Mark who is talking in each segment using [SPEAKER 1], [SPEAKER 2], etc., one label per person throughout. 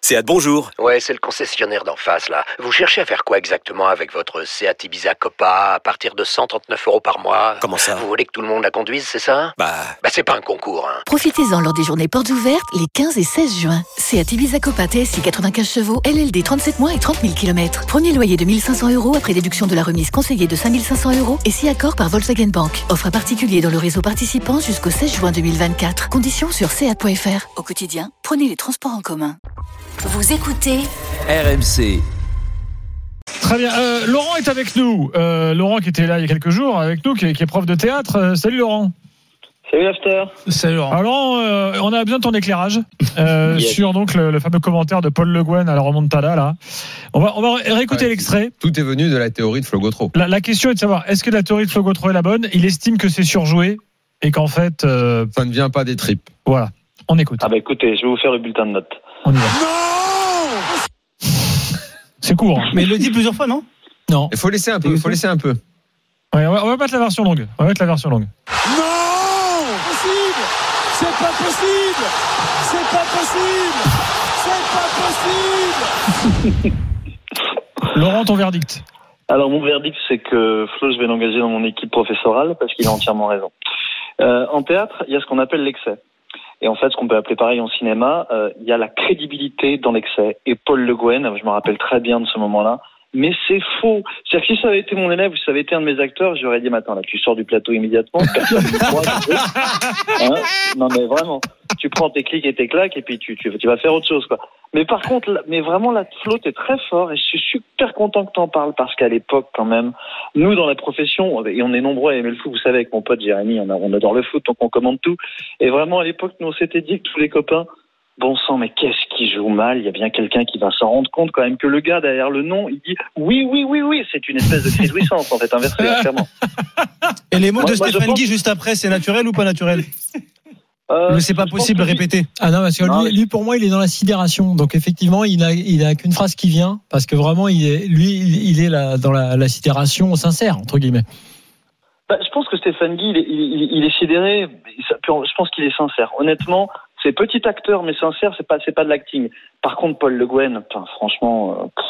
[SPEAKER 1] Seat, bonjour.
[SPEAKER 2] Ouais, c'est le concessionnaire d'en face, là. Vous cherchez à faire quoi exactement avec votre Seat Ibiza Copa à partir de 139 euros par mois
[SPEAKER 1] Comment ça
[SPEAKER 2] Vous voulez que tout le monde la conduise, c'est ça
[SPEAKER 1] Bah,
[SPEAKER 2] Bah, c'est pas un concours, hein.
[SPEAKER 3] Profitez-en lors des journées portes ouvertes les 15 et 16 juin. Seat Ibiza Copa TSI 95 chevaux, LLD 37 mois et 30 000 km. Premier loyer de 1500 euros après déduction de la remise conseillée de 5500 euros et si accord par Volkswagen Bank. Offre à particulier dans le réseau participant jusqu'au 16 juin 2024. Conditions sur seat.fr. Au quotidien, prenez les transports en commun.
[SPEAKER 4] Vous écoutez
[SPEAKER 5] RMC.
[SPEAKER 6] Très bien. Euh, Laurent est avec nous. Euh, Laurent qui était là il y a quelques jours avec nous, qui est, qui est prof de théâtre. Euh, salut Laurent.
[SPEAKER 7] Salut l'after.
[SPEAKER 6] Salut Laurent. Alors, euh, on a besoin de ton éclairage euh,
[SPEAKER 7] Yes.
[SPEAKER 6] sur donc le, le fameux commentaire de Paul Le Guen à la remontada là. On va on va ré- réécouter
[SPEAKER 8] Ouais,
[SPEAKER 6] l'extrait.
[SPEAKER 8] Tout est venu de la théorie de Flo Gautreau.
[SPEAKER 6] La, la question est de savoir est-ce que la théorie de Flo Gautreau est la bonne. Il estime que c'est surjoué et qu'en fait, euh,
[SPEAKER 8] Ça ne vient pas des tripes.
[SPEAKER 6] voilà. On écoute.
[SPEAKER 7] Ah bah écoutez, je vais vous faire le bulletin de notes.
[SPEAKER 6] On y va. c'est court. hein.
[SPEAKER 9] Mais il le dit plusieurs fois, non
[SPEAKER 6] Non.
[SPEAKER 8] Il faut laisser un peu, faut laisser un peu.
[SPEAKER 6] Ouais, on, va, on va mettre la version longue. On va mettre la version longue. Laurent, ton verdict.
[SPEAKER 7] Alors mon verdict, c'est que Flo, je vais l'engager dans mon équipe professorale parce qu'il a entièrement raison. Euh, en théâtre, il y a ce qu'on appelle l'excès. Et en fait, ce qu'on peut appeler pareil en cinéma, euh, il y a la crédibilité dans l'excès. Et Paul Le Guen, je me rappelle très bien de ce moment-là, mais c'est faux. C'est-à-dire que si ça avait été mon élève ou si ça avait été un de mes acteurs, j'aurais dit, mais attends, là, tu sors du plateau immédiatement. Personne ne croit. Hein non mais vraiment, tu prends tes clics et tes claques et puis tu, tu, tu vas faire autre chose, quoi. Mais par contre, là- mais vraiment, la flotte est très fort et je suis super content que t'en parles parce qu'à l'époque, quand même, nous, dans la profession, et on est nombreux à aimer le foot, vous savez, avec mon pote Jérémy, on, a- on adore le foot, donc on commande tout. Et vraiment, à l'époque, nous, on s'était dit que tous les copains, bon sang, mais qu'est-ce qui joue mal Il y a bien quelqu'un qui va s'en rendre compte quand même que le gars derrière le nom, il dit oui, oui, oui, oui, c'est une espèce de crise jouissance, en fait, inversée, clairement.
[SPEAKER 9] Et les mots
[SPEAKER 7] Moi,
[SPEAKER 9] de
[SPEAKER 7] moi, je
[SPEAKER 9] Stéphane
[SPEAKER 7] pense-
[SPEAKER 9] Guy juste après, c'est naturel ou pas naturel
[SPEAKER 7] Euh,
[SPEAKER 9] Mais c'est pas
[SPEAKER 7] je pense
[SPEAKER 9] possible de
[SPEAKER 7] que oui.
[SPEAKER 9] répéter.
[SPEAKER 10] Ah non, parce que
[SPEAKER 7] Non,
[SPEAKER 10] lui,
[SPEAKER 7] mais-
[SPEAKER 10] lui, pour moi, il est dans la sidération. Donc, effectivement, il a, il a qu'une phrase qui vient. Parce que vraiment, il est, lui, il il est là, dans la, la sidération sincère, entre guillemets.
[SPEAKER 7] Bah, je pense que Stéphane Guy, il est, il- il- il est sidéré. Ça peut- Je pense qu'il est sincère. Honnêtement, c'est petit acteur, mais sincère, c'est pas, c'est pas de l'acting. Par contre, Paul Le Guen, putain, franchement, euh, pff,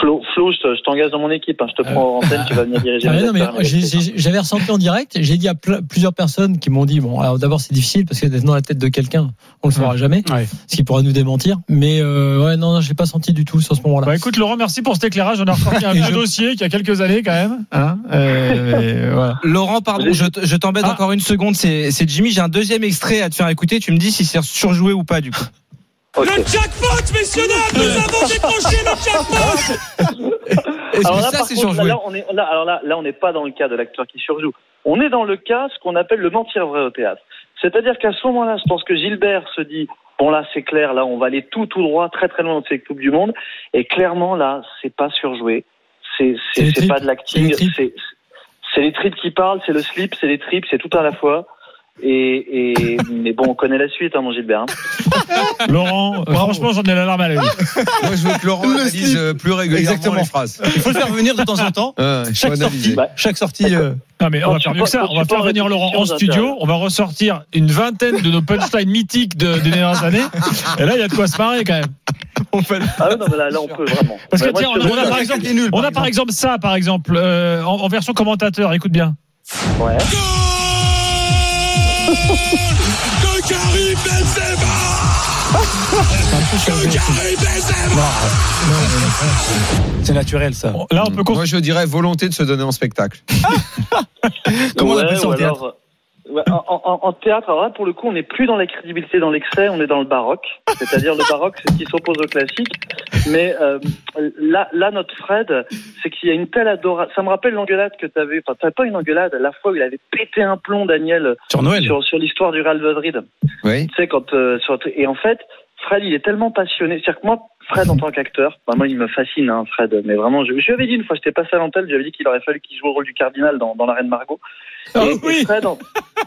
[SPEAKER 7] Flo, Flo, je te- je t'engage dans mon équipe. hein. je te prends en scène, tu vas venir diriger.
[SPEAKER 10] Ah, mais
[SPEAKER 7] mes
[SPEAKER 10] non, mais
[SPEAKER 7] acteurs, mes
[SPEAKER 10] j'ai-
[SPEAKER 7] actrices.
[SPEAKER 10] j'ai- j'avais ressenti en direct. J'ai dit à ple- plusieurs personnes qui m'ont dit bon, alors d'abord, c'est difficile parce que d'être dans la tête de quelqu'un, on le
[SPEAKER 6] Mm.
[SPEAKER 10] saura jamais.
[SPEAKER 9] Ouais.
[SPEAKER 10] Ce qui pourra nous démentir. Mais euh, ouais, non, non, je l'ai pas senti du tout sur ce moment-là.
[SPEAKER 6] Bah écoute Laurent, merci pour cet éclairage. On a ressorti un vieux dossier qu'il y a quelques années quand même. Hein Euh, et voilà.
[SPEAKER 5] Laurent, pardon, je, t- je t'embête
[SPEAKER 6] Ah.
[SPEAKER 5] encore une seconde. C'est c'est Jimmy. J'ai un deuxième extrait à te faire écouter. Tu me dis si c'est surjoué ou pas, du coup.
[SPEAKER 7] Ok.
[SPEAKER 5] Est-ce
[SPEAKER 7] Alors
[SPEAKER 5] que
[SPEAKER 7] là,
[SPEAKER 5] ça,
[SPEAKER 7] par
[SPEAKER 5] c'est
[SPEAKER 7] contre,
[SPEAKER 5] surjoué
[SPEAKER 7] là, on est, là, alors là, là, on n'est pas dans le cas de l'acteur qui surjoue. On est dans le cas, ce qu'on appelle le mentir vrai au théâtre. C'est-à-dire qu'à ce moment-là, je pense que Gilbert se dit, bon là, c'est clair, là, on va aller tout, tout droit, très, très loin de cette Coupe du Monde. Et clairement, là, c'est pas surjoué. C'est,
[SPEAKER 10] C'est
[SPEAKER 7] c'est,
[SPEAKER 10] les
[SPEAKER 7] c'est
[SPEAKER 10] tripes.
[SPEAKER 7] pas de
[SPEAKER 10] C'est
[SPEAKER 7] l'acting.
[SPEAKER 10] les tripes.
[SPEAKER 7] C'est, c'est les tripes qui parlent, c'est le slip, c'est les tripes, c'est tout à la fois. Et, et, mais bon, on connaît la suite, hein, mon Gilbert. hein.
[SPEAKER 6] Laurent, euh, franchement j'en ai la larme à l'œil.
[SPEAKER 8] Moi, je veux que Laurent
[SPEAKER 9] Le slip.
[SPEAKER 8] analyse euh, plus régulièrement
[SPEAKER 9] Exactement.
[SPEAKER 8] les phrases.
[SPEAKER 9] Il faut le faire venir de temps en temps.
[SPEAKER 8] Hein, il faut
[SPEAKER 9] Chaque sortie,
[SPEAKER 8] analyser.
[SPEAKER 7] Bah,
[SPEAKER 9] chaque sortie. euh,
[SPEAKER 6] Non mais on
[SPEAKER 7] Quand
[SPEAKER 6] va
[SPEAKER 7] tu
[SPEAKER 6] faire mieux
[SPEAKER 7] pars-
[SPEAKER 6] que ça.
[SPEAKER 7] quand
[SPEAKER 6] On va
[SPEAKER 7] tu
[SPEAKER 6] faire
[SPEAKER 7] pars
[SPEAKER 6] venir Laurent en
[SPEAKER 7] répétition,
[SPEAKER 6] studio.
[SPEAKER 7] j'intéresse.
[SPEAKER 6] On va ressortir une vingtaine de nos punchlines mythiques de- des dernières années. Et là il y a de quoi se marrer quand même.
[SPEAKER 7] Ah ouais, non, mais là, là, on peut vraiment.
[SPEAKER 6] Parce que
[SPEAKER 7] Mais moi,
[SPEAKER 6] tiens,
[SPEAKER 7] je
[SPEAKER 6] on
[SPEAKER 7] suis-
[SPEAKER 6] a- on a par exemple, on a par exemple ça par exemple euh, en, en version commentateur. Écoute bien.
[SPEAKER 7] Ouais.
[SPEAKER 9] C'est naturel, ça.
[SPEAKER 6] Là on peut conf-
[SPEAKER 8] Moi, je dirais volonté de se donner en spectacle.
[SPEAKER 9] Comment on appelle ça
[SPEAKER 7] ou
[SPEAKER 9] en théâtre
[SPEAKER 7] alors- euh, ouais, en, en- en théâtre, alors là, pour le coup, on n'est plus dans la crédibilité, dans l'excès, on est dans le baroque. C'est-à-dire le baroque, c'est ce qui s'oppose au classique. Mais euh, là, là, notre Fred, c'est qu'il y a une telle adoration. Ça me rappelle l'engueulade que tu avais. Enfin, t'avais pas une engueulade, la fois où il avait pété un plomb, Daniel,
[SPEAKER 9] Sur Noël.
[SPEAKER 7] sur, sur l'histoire du Real Madrid.
[SPEAKER 8] Oui.
[SPEAKER 7] Tu sais, quand. euh, sur- et en fait, Fred, il est tellement passionné. C'est-à-dire que moi, Fred, en tant qu'acteur, bah, moi, il me fascine, hein, Fred. Mais vraiment, je, je lui avais dit une fois, j'étais passé à l'antenne, je lui avais dit qu'il aurait fallu qu'il joue le rôle du cardinal dans, dans La Reine Margot. Et,
[SPEAKER 6] Ah
[SPEAKER 7] et Fred, en-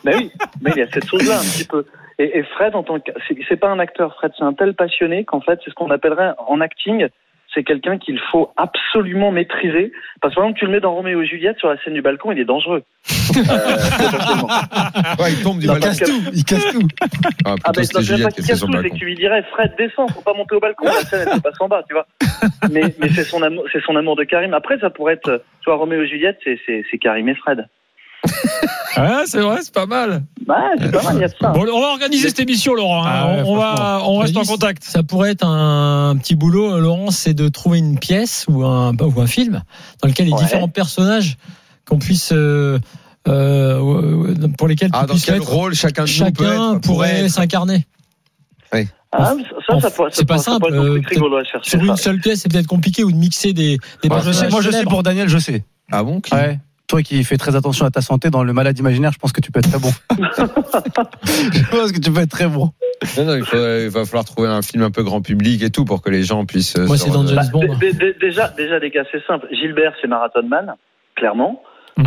[SPEAKER 7] bah oui, mais il y a cette chose-là, un petit peu. Et, et Fred, en tant que. C'est, c'est pas un acteur, Fred, c'est un tel passionné qu'en fait, c'est ce qu'on appellerait en acting. C'est quelqu'un qu'il faut absolument maîtriser. Parce que par exemple, tu le mets dans Roméo et Juliette sur la scène du balcon, il est dangereux. Euh, potentiellement.
[SPEAKER 8] Ouais, il tombe du
[SPEAKER 7] Non,
[SPEAKER 8] balcon.
[SPEAKER 7] parce que-
[SPEAKER 9] Il casse tout.
[SPEAKER 8] Ah, plutôt,
[SPEAKER 7] Ah
[SPEAKER 8] c'était
[SPEAKER 7] ben je même pas
[SPEAKER 8] Juliette qui
[SPEAKER 7] qu'il
[SPEAKER 8] était
[SPEAKER 7] casse
[SPEAKER 8] sur
[SPEAKER 7] tout,
[SPEAKER 8] le
[SPEAKER 7] c'est
[SPEAKER 8] balcon.
[SPEAKER 7] que tu lui dirais Fred descends, faut pas monter au balcon, la scène elle se passe en bas, tu vois. Mais, mais c'est son amour, c'est son amour de Karim. Après ça pourrait être, tu vois Roméo et Juliette, c'est, c'est, c'est Karim et Fred.
[SPEAKER 6] Ouais, c'est vrai, c'est pas mal.
[SPEAKER 7] Bah c'est pas mal, il y a de
[SPEAKER 9] Ah.
[SPEAKER 7] ça.
[SPEAKER 6] Bon, on va organiser cette émission, Laurent. hein.
[SPEAKER 10] Ah ouais,
[SPEAKER 6] on, on va,
[SPEAKER 10] franchement.
[SPEAKER 6] on reste en
[SPEAKER 10] Alice,
[SPEAKER 6] contact.
[SPEAKER 10] Ça pourrait être un petit boulot, euh, Laurent, c'est de trouver une pièce ou un, ou un film dans lequel les
[SPEAKER 7] Ouais.
[SPEAKER 10] différents personnages qu'on puisse, euh, euh, pour lesquels
[SPEAKER 8] Ah,
[SPEAKER 10] tu
[SPEAKER 8] dans
[SPEAKER 10] puisses
[SPEAKER 8] quel
[SPEAKER 10] mettre,
[SPEAKER 8] rôle chacun de nous peut
[SPEAKER 10] chacun
[SPEAKER 8] être, pourrait
[SPEAKER 10] pourrait
[SPEAKER 8] être.
[SPEAKER 10] s'incarner.
[SPEAKER 7] Ah, ça,
[SPEAKER 10] c'est
[SPEAKER 7] ça, pourrait- ça,
[SPEAKER 10] pas
[SPEAKER 7] pourrait- ça pourrait
[SPEAKER 10] simple,
[SPEAKER 7] être un
[SPEAKER 10] euh,
[SPEAKER 7] truc rigolo à chercher.
[SPEAKER 10] Sur
[SPEAKER 7] ça.
[SPEAKER 10] une seule pièce, c'est peut-être compliqué ou de mixer des, des
[SPEAKER 8] Moi,
[SPEAKER 9] Je sais,
[SPEAKER 10] personnages
[SPEAKER 9] moi, je sais
[SPEAKER 10] célèbres.
[SPEAKER 9] pour Daniel, je sais.
[SPEAKER 8] Ah bon qui-
[SPEAKER 9] Ouais. Toi qui fais très attention à ta santé dans le malade imaginaire, je pense que tu peux être très bon. je pense que tu peux être très bon.
[SPEAKER 8] Non, non, il, faudrait- il va falloir trouver un film un peu grand public et tout pour que les gens puissent. euh,
[SPEAKER 10] Moi,
[SPEAKER 8] se
[SPEAKER 10] c'est dans
[SPEAKER 8] re-
[SPEAKER 10] James
[SPEAKER 7] Bah,
[SPEAKER 10] Bond.
[SPEAKER 7] dé- dé- dé- déjà, déjà les gars, c'est simple. Gilbert c'est Marathon Man, clairement.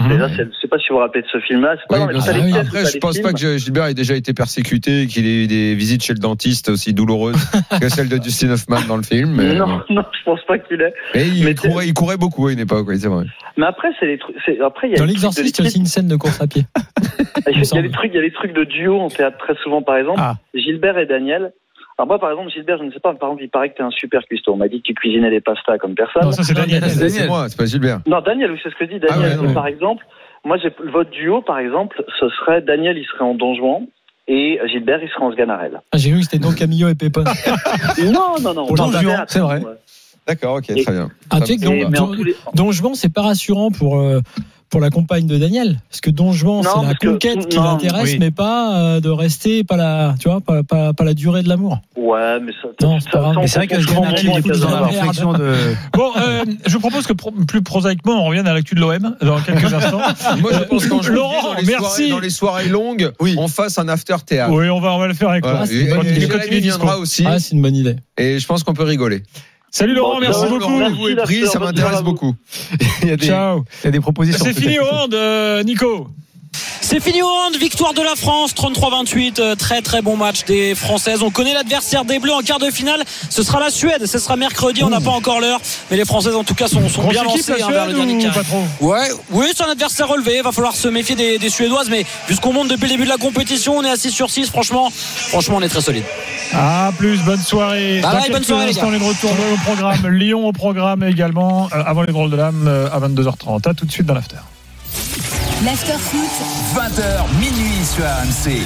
[SPEAKER 7] Déjà,
[SPEAKER 8] Mhm.
[SPEAKER 7] c'est- je sais pas si vous vous rappelez de ce film-là. C'est pas,
[SPEAKER 8] Mmh. Oui,
[SPEAKER 7] non, mais
[SPEAKER 8] bien
[SPEAKER 7] c'est
[SPEAKER 10] sûr.
[SPEAKER 7] pas les
[SPEAKER 10] Ah oui,
[SPEAKER 7] pièces, c'est
[SPEAKER 8] Après, je
[SPEAKER 7] pas les
[SPEAKER 8] pense pas
[SPEAKER 7] films.
[SPEAKER 8] que Gilbert ait déjà été persécuté, qu'il ait eu des visites chez le dentiste aussi douloureuses que celle de Dustin Hoffman dans le film. Mais,
[SPEAKER 7] Non, non, je pense pas qu'il est.
[SPEAKER 8] mais il,
[SPEAKER 7] Mais c'est-
[SPEAKER 8] courait, il courait beaucoup à une époque, oui, c'est vrai.
[SPEAKER 7] Mais après, c'est les trucs. c'est- Après, il y a
[SPEAKER 10] Dans
[SPEAKER 7] les trucs de
[SPEAKER 10] l'exorciste, il y a
[SPEAKER 7] l'équipe.
[SPEAKER 10] aussi une scène de course à pied.
[SPEAKER 7] Ah, Il y, a- il y a
[SPEAKER 10] semble.
[SPEAKER 7] des trucs, il y a des trucs de duo en théâtre très souvent, par exemple.
[SPEAKER 9] Ah.
[SPEAKER 7] Gilbert et Daniel. Alors moi, par exemple, Gilbert, je ne sais pas, mais par exemple, il paraît que tu es un super cuistot. On m'a dit que tu cuisinais des pastas comme personne.
[SPEAKER 6] Non,
[SPEAKER 7] Non,
[SPEAKER 6] Ah, ça,
[SPEAKER 10] Ah,
[SPEAKER 6] c'est Daniel.
[SPEAKER 8] C'est c'est moi, c'est pas Gilbert.
[SPEAKER 7] Daniel, oui, c'est ce que je dis.
[SPEAKER 8] Ah
[SPEAKER 7] Daniel,
[SPEAKER 8] ouais, non,
[SPEAKER 7] Et par exemple, moi, j'ai- votre duo, par exemple, ce serait Daniel, il serait en Don Juan et Gilbert, il serait en Sganarelle.
[SPEAKER 10] Ah, J'ai vu que c'était Don Camillo et Pépin.
[SPEAKER 7] non, non, non.
[SPEAKER 9] Pour
[SPEAKER 7] non,
[SPEAKER 9] Don
[SPEAKER 7] t'as
[SPEAKER 9] Juan,
[SPEAKER 7] fait,
[SPEAKER 9] c'est
[SPEAKER 7] attends,
[SPEAKER 9] vrai.
[SPEAKER 7] hein, ouais.
[SPEAKER 8] D'accord, ok,
[SPEAKER 7] Et-
[SPEAKER 8] très bien.
[SPEAKER 10] Ah,
[SPEAKER 8] Ça
[SPEAKER 10] tu sais
[SPEAKER 8] me
[SPEAKER 10] que
[SPEAKER 8] semble.
[SPEAKER 7] Et- mais en tous les-
[SPEAKER 10] Don Juan, c'est pas rassurant pour euh, pour la compagne de Daniel, parce que Don Juan,
[SPEAKER 7] Non,
[SPEAKER 10] c'est la
[SPEAKER 7] parce que-
[SPEAKER 10] conquête qui
[SPEAKER 7] non,
[SPEAKER 10] l'intéresse,
[SPEAKER 9] oui.
[SPEAKER 10] mais pas euh, de rester, pas la, tu vois, pas, pas, pas la durée de l'amour.
[SPEAKER 7] Ouais, mais ça.
[SPEAKER 10] Non, c'est pas grave.
[SPEAKER 7] on
[SPEAKER 10] Mais
[SPEAKER 9] C'est vrai que
[SPEAKER 7] comprend
[SPEAKER 9] je
[SPEAKER 10] comprends
[SPEAKER 9] comprends
[SPEAKER 10] vraiment
[SPEAKER 9] qu'il
[SPEAKER 10] les
[SPEAKER 1] euh,
[SPEAKER 9] est dans la
[SPEAKER 10] merde.
[SPEAKER 9] réflexion de.
[SPEAKER 6] Bon, euh, je propose que pro- plus prosaïquement, on revienne à l'actu de l'OM dans quelques instants.
[SPEAKER 8] Ah, Moi, je pense qu'en janvier,
[SPEAKER 6] Euh,
[SPEAKER 8] dans
[SPEAKER 6] Laurent,
[SPEAKER 8] les
[SPEAKER 6] merci.
[SPEAKER 8] soirées- dans les soirées longues,
[SPEAKER 9] Oui.
[SPEAKER 8] on fasse un after théâtre.
[SPEAKER 6] Oui, on va, on va le faire avec
[SPEAKER 8] Voilà.
[SPEAKER 6] toi.
[SPEAKER 10] Ah,
[SPEAKER 8] Et-
[SPEAKER 10] c'est
[SPEAKER 8] et-
[SPEAKER 10] bon,
[SPEAKER 8] et
[SPEAKER 10] il est
[SPEAKER 8] Jérémy
[SPEAKER 6] dispo.
[SPEAKER 8] viendra aussi,
[SPEAKER 10] Ah, c'est une bonne idée.
[SPEAKER 8] et je pense qu'on peut rigoler.
[SPEAKER 6] Salut Laurent,
[SPEAKER 7] Bon,
[SPEAKER 6] merci
[SPEAKER 7] ciao,
[SPEAKER 6] beaucoup.
[SPEAKER 8] Laurent, vous
[SPEAKER 7] Merci,
[SPEAKER 8] et Brice,
[SPEAKER 7] l'after,
[SPEAKER 8] ça
[SPEAKER 7] bonne soirée
[SPEAKER 8] m'intéresse
[SPEAKER 7] à vous.
[SPEAKER 8] beaucoup.
[SPEAKER 9] Il y a des,
[SPEAKER 6] Ciao.
[SPEAKER 9] il y a des propositions.
[SPEAKER 6] C'est fini au
[SPEAKER 1] oh.
[SPEAKER 9] peut-être.
[SPEAKER 6] hand, euh, Nico.
[SPEAKER 1] C'est fini au hand, victoire de la France 33-28, euh, très très bon match des Françaises. On connaît l'adversaire des Bleus en quart de finale, ce sera la Suède, ce sera mercredi, on n'a pas encore l'heure, mais les Françaises en tout cas sont, sont
[SPEAKER 6] Grosse
[SPEAKER 1] bien
[SPEAKER 6] équipe,
[SPEAKER 1] lancées
[SPEAKER 6] la
[SPEAKER 1] hein, vers le
[SPEAKER 6] Suède
[SPEAKER 1] dernier
[SPEAKER 6] ou
[SPEAKER 1] quart.
[SPEAKER 6] pas trop
[SPEAKER 1] Ouais, oui, c'est un adversaire relevé. Il va falloir se méfier des, des Suédoises, mais puisqu'on monte depuis le début de la compétition, on est à 6 sur 6. Franchement, franchement, on est très solide.
[SPEAKER 6] Ah, plus, bonne
[SPEAKER 1] Bye
[SPEAKER 6] soirée. Dans
[SPEAKER 1] bye,
[SPEAKER 6] quelques
[SPEAKER 1] bonne soirée, les
[SPEAKER 6] instants, on est de retour au programme. Lyon au programme également, euh, avant les drôles de l'âme, euh, à 22h30. À tout de suite dans l'after.
[SPEAKER 4] L'after foot.
[SPEAKER 11] 20h minuit sur AMC.